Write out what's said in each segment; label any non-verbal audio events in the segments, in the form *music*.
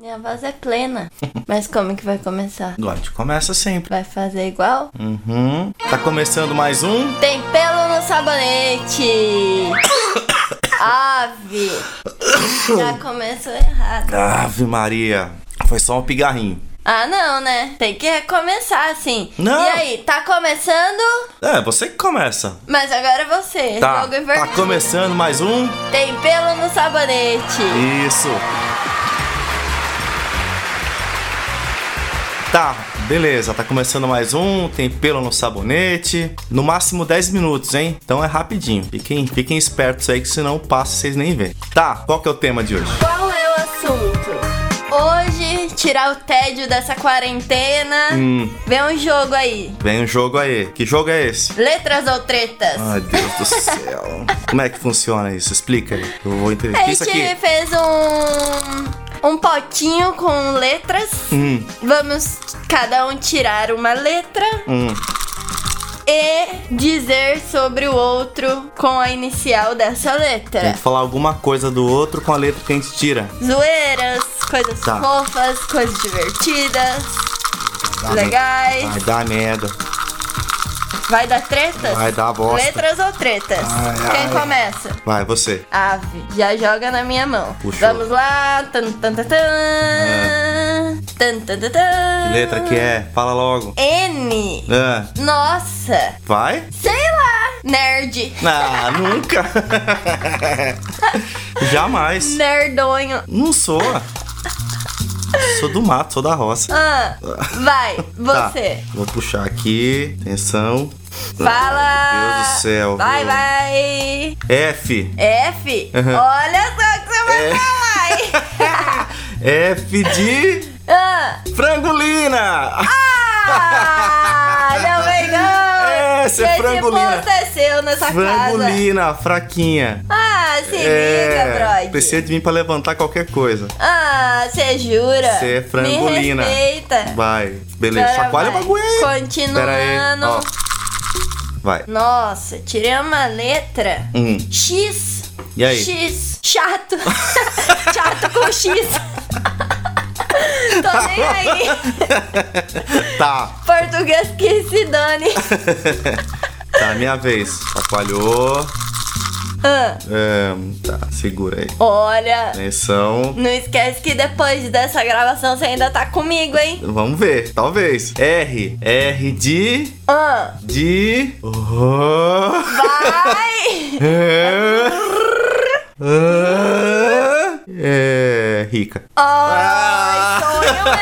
Minha voz é plena. *laughs* Mas como é que vai começar? Igual a gente começa sempre. Vai fazer igual? Uhum. Tá começando mais um? Tem pelo no sabonete! *coughs* Ave! Já começou errado. Ave Maria. Foi só um pigarrinho. Ah, não, né? Tem que recomeçar assim. Não. E aí, tá começando? É, você que começa. Mas agora é você. Tá, Jogo tá invertido. começando mais um? Tem pelo no sabonete! Isso. Tá, beleza. Tá começando mais um. Tem pelo no sabonete. No máximo 10 minutos, hein? Então é rapidinho. Fiquem, fiquem espertos aí que senão passa e vocês nem veem. Tá, qual que é o tema de hoje? Qual é o assunto? Hoje, tirar o tédio dessa quarentena. Hum. Vê um jogo aí. Vem um jogo aí. Que jogo é esse? Letras ou tretas? Ai, Deus do céu. Como é que funciona isso? Explica aí. Eu vou entender. a Que isso gente aqui? fez um, um potinho com letras. Hum, Vamos cada um tirar uma letra hum. e dizer sobre o outro com a inicial dessa Tem letra. que falar alguma coisa do outro com a letra que a gente tira. Zoeiras, coisas Tá. fofas, coisas divertidas, Dá legais. merda. Vai dar merda. Vai dar tretas? Vai dar bosta. Letras ou tretas? Ai, Quem ai. começa? Vai, você. Ave, já joga na minha mão. Puxou. Vamos lá. Tan, tan, tan, tan. Tan, tan, tan, tan. Ah. Que letra que é? Fala logo. N. Ah, Nossa. vai? Sei lá. Nerd. Ah, *laughs* nunca. Jamais. Nerdonho. Não sou. Sou do mato, sou da roça. Ah, vai, você. *laughs* Tá, vou puxar aqui. Atenção. Fala. Meu Deus do céu. Vai, viu? vai. F. F. Uhum. Olha só o que você vai É. falar, hein? *laughs* F de Ah. frangolina. Ah, não vem não. É, você é Esse frangolina. posto é seu nessa casa. Frangolina, fraquinha. Ah, se É, liga, brother. precisa de mim pra levantar qualquer coisa. Ah, você jura? Você é frangolina. Me respeita. Vai, beleza. Agora Chacoalha o vai. bagulho aí. Pera aí. Continuando. Ó. Vai. Nossa, tirei uma letra. Hum. X. E aí? X. Chato. *laughs* Chato com X. *laughs* Tô nem aí. *laughs* Tá. Português que se *laughs* dane. Tá, minha vez. Chacoalhou. Ah, É, tá, segura aí. olha. Atenção. Não esquece que depois dessa gravação você ainda tá comigo, hein? Vamos ver, talvez. R. R de. Ah, De. Oh. vai. É. É. Rica. Ai, sonho meu.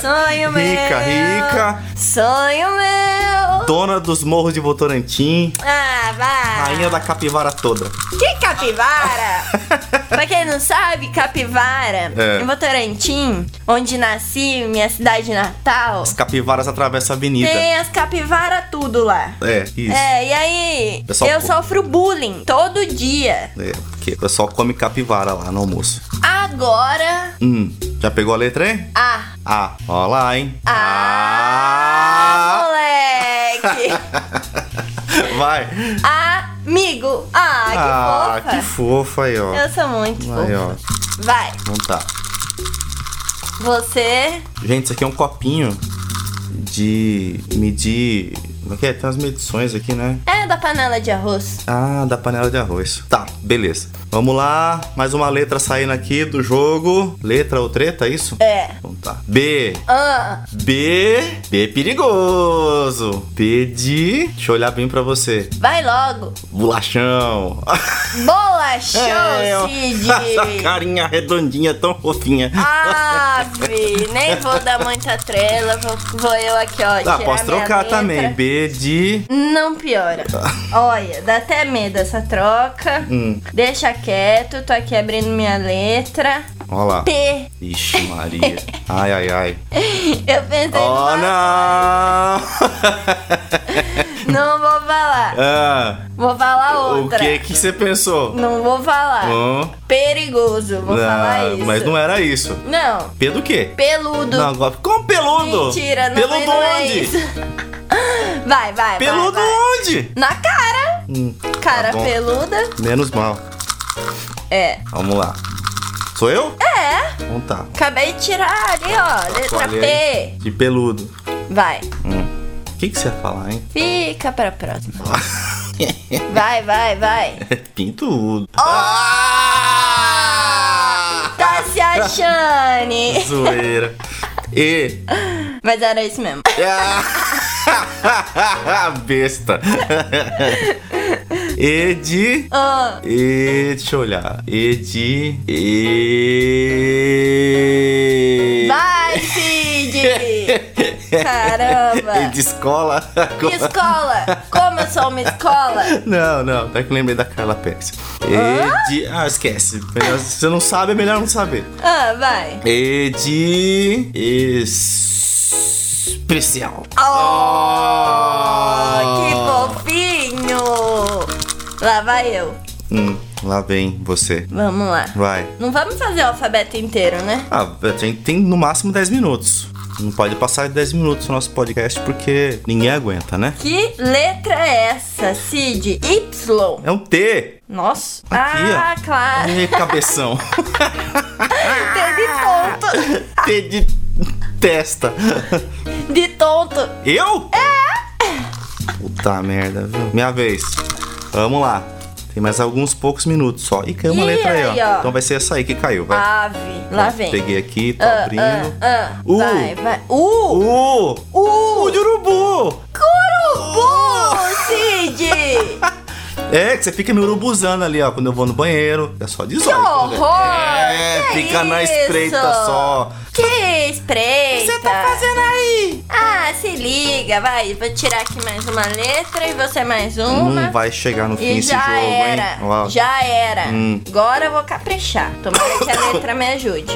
Sonho meu. Ah. Rica, rica. Sonho meu. Dona dos morros de Votorantim. Ah, vai. Rainha da capivara toda. Que capivara? pra quem não sabe, capivara, É. em Votorantim, onde nasci, minha cidade natal, As capivaras atravessam a avenida. tem as capivaras tudo lá. É, isso. É. É, e aí, Pessoal, eu pô. sofro bullying todo dia. É, porque o pessoal come capivara lá no almoço. Agora, Hum, já pegou a letra aí? ah, A. Ó lá, hein? Ah! *laughs* moleque, Vai. amigo, ah, ah, que fofa. que fofa aí, ó. Eu sou muito Aí, fofa. ó. Vai, Então tá. você, Gente, isso aqui é um copinho de medir. Como é que é? Tem umas medições aqui, né? é da panela de arroz. Ah, da panela de arroz. Tá, beleza. Vamos lá, mais uma letra saindo aqui do jogo. Letra ou treta, é isso? É, Então tá. B. ah, B. B é perigoso. B de. Deixa eu olhar bem pra você. vai logo. *laughs* Bolachão. Bolachão, É, ó. Cid! *laughs* Ah, Essa carinha redondinha, tão fofinha. Ave, nem vou dar muita trela, vou, vou eu aqui, ó. Tá, tirar posso minha trocar letra. também. B de. Não piora. Olha, dá até medo essa troca. Hum. Deixa quieto, tô aqui abrindo minha letra. Ó lá. P. Ixi, Maria. Ai, ai, ai. *laughs* Eu pensei Oh, numa... não! Não vou falar. *laughs* ah, Vou falar o outra. que que você pensou? Não vou falar. Hum? Perigoso, vou falar Não, isso. mas não era isso. Não, P do quê? peludo. Não, agora. Como peludo? Mentira, não, Peludo mas não é onde? isso. *laughs* Vai, vai, vai, peludo vai. onde? Na cara! Hum, Cara bom. peluda. menos mal. É. Vamos lá. Sou eu? É. Então tá. Acabei de tirar ali, ó. Letra Olha aí. P. De peludo. Vai. O que, que você ia falar, hein? *laughs* Fica pra próxima. Vai, vai, vai. É pintudo. Oh. Ah! Tá Tássia Chane. Zoeira. E. Mas era isso mesmo. Ah! É. *laughs* Besta. *laughs* E de. Ah, E. Deixa eu olhar. E de. E. *laughs* vai, Cid! Caramba! E de escola. Escola! Como eu sou uma escola? Não, não, até que eu lembrei da Carla Pérez. E de. Ah, esquece. Melhor- Se você não sabe, é melhor não saber. Ah, vai! E de. Especial. Ah. Oh, que fofinho! Lá vai eu. Hum, lá vem você. Vamos lá. Vai. Não vamos fazer o alfabeto inteiro, né? Ah, tem, tem no máximo 10 minutos. Não pode passar de 10 minutos o nosso podcast porque ninguém aguenta, né? Que letra é essa, Cid? Y. É um T! Nossa. Aqui, ó. ah, claro. Ê, *laughs* cabeção. Teve T de testa. tonto. De tonto. Eu? É! Puta merda, viu? Minha vez. Vamos lá. Tem mais alguns poucos minutos só. E caiu uma Ih, letra aí, ó. aí, ó. Então vai ser essa aí que caiu, vai. Ave. Lá vem. Peguei aqui, tô Ah, abrindo. Uh! ah, ah. U. Vai, vai. U. O! U. O de urubu! Urubu, *laughs* Cid. É, que você fica me urubuzando ali, ó, quando eu vou no banheiro. É só de Que zóio. horror. É, Que fica na isso? espreita só. Que espreita. tá aí? Ah, se liga, vai. Vou tirar aqui mais uma letra e você mais uma. Não Hum, vai chegar no fim E esse já jogo, era, hein? Ó, já era. Hum. Agora eu vou caprichar. Tomara que a letra me *laughs* ajude.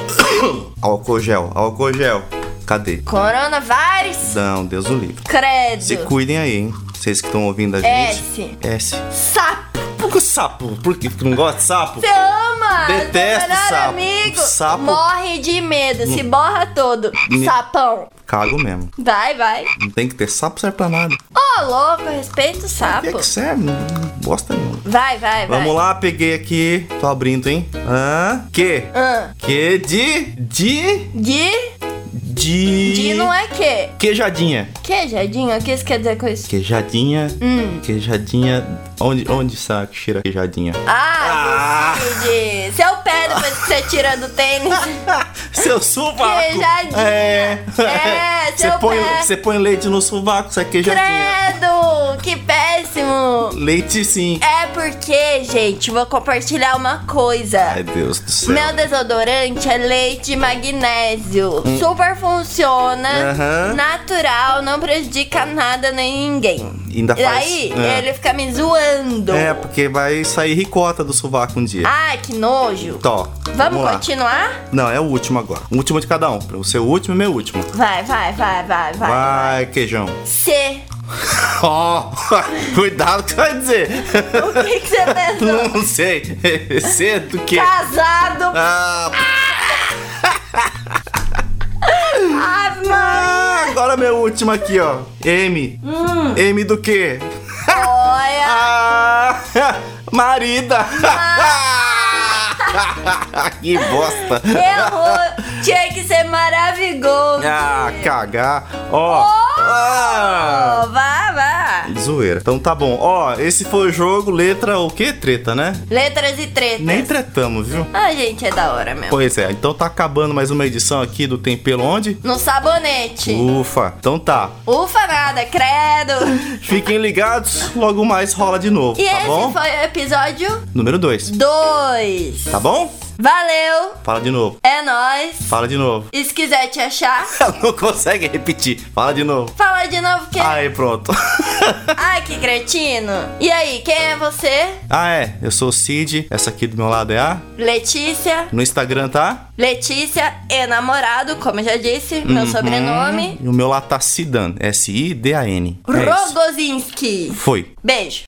Álcool gel, álcool gel. Cadê? Coronavírus, Não, Deus o livre. credo. Se cuidem aí, hein? Vocês que estão ouvindo a gente. S. S. Sapo. Por que o sapo? Por que tu não gosta de sapo? Você ama? Detesto Teu melhor sapo. amigo. Sapo. Hum. Morre de medo, se borra todo. Me- Sapão. Cago mesmo. Vai, vai. Não tem que ter sapo, serve pra nada. Ô, louco, respeita o O que é sapo. que serve? Não bosta nenhuma. Vai, vai, vai. Vamos lá, peguei aqui. Tô abrindo, hein? Hã? Que? Ahn. Que de. De. De, De. de não é que. Queijadinha. Queijadinho, o que isso quer dizer com isso? Queijadinha. Hum. Queijadinha. Onde, onde será que *laughs* cheira queijadinha? Ah, Ah. Cid. Seu pé depois que você tira do *laughs* tênis. Seu sovaco! Queijadinha. É! É, Você seu põe, pé. você põe leite no sovaco, isso é queijadinha. Credo, que péssimo. Leite sim. É porque, gente, vou compartilhar uma Ai, coisa. Deus do céu. Meu desodorante é leite de magnésio. Super funciona, Hum. Aham. natural, não prejudica nada nem ninguém. Ainda E faz- aí, é. ele fica me zoando. É, porque vai sair ricota do sovaco um dia. Ai, que nojo. Tó, Ah. Vamos Então, lá. continuar? Não, é o último agora. O último de cada um. Pra você, o último e meu último. Vai, vai, vai, vai, vai. Vai, queijão. C. Ó, *laughs* cuidado que vai dizer. *laughs* O que que você pensou? Não sei. *laughs* Cedo que. Casado. Ah, Ave Maria. Ah, agora meu último aqui, ó. M. Hum. M do quê? Olha. Ah, *laughs* marida. *laughs* que bosta. Errou! Tinha que ser maravilhoso! *laughs* Ah, cagar. Ó. Oh! Ah, Ó, vá, vá! zoeira. Então tá bom. Ó, esse foi o jogo, letra o quê? Treta, né? Letras e tretas. Nem tá- tretamos, viu? Ah, gente, é da hora mesmo. Pois é, então tá acabando mais uma edição aqui do Tempelo Onde? No sabonete. Ufa. Então tá. Ufa nada, credo! *laughs* Fiquem ligados, logo mais rola de novo, E tá esse bom? foi o episódio Número 2. 2. Tá bom? Valeu, Fala de novo. é nóis. Fala de novo. *laughs* E se quiser te achar, Ela não consegue repetir. Fala de novo. fala de novo que... é- Aí, pronto. *laughs* Ai, que cretino. E aí, quem é você? ah, é. Eu sou o Cid. Essa aqui do meu lado é a. Letícia. No Instagram tá? Letícia é namorado, como eu já disse, meu Uhum. sobrenome. E o meu lá tá Sidan. S-I-D-A-N. É isso. Rogozinski. Foi. Beijo.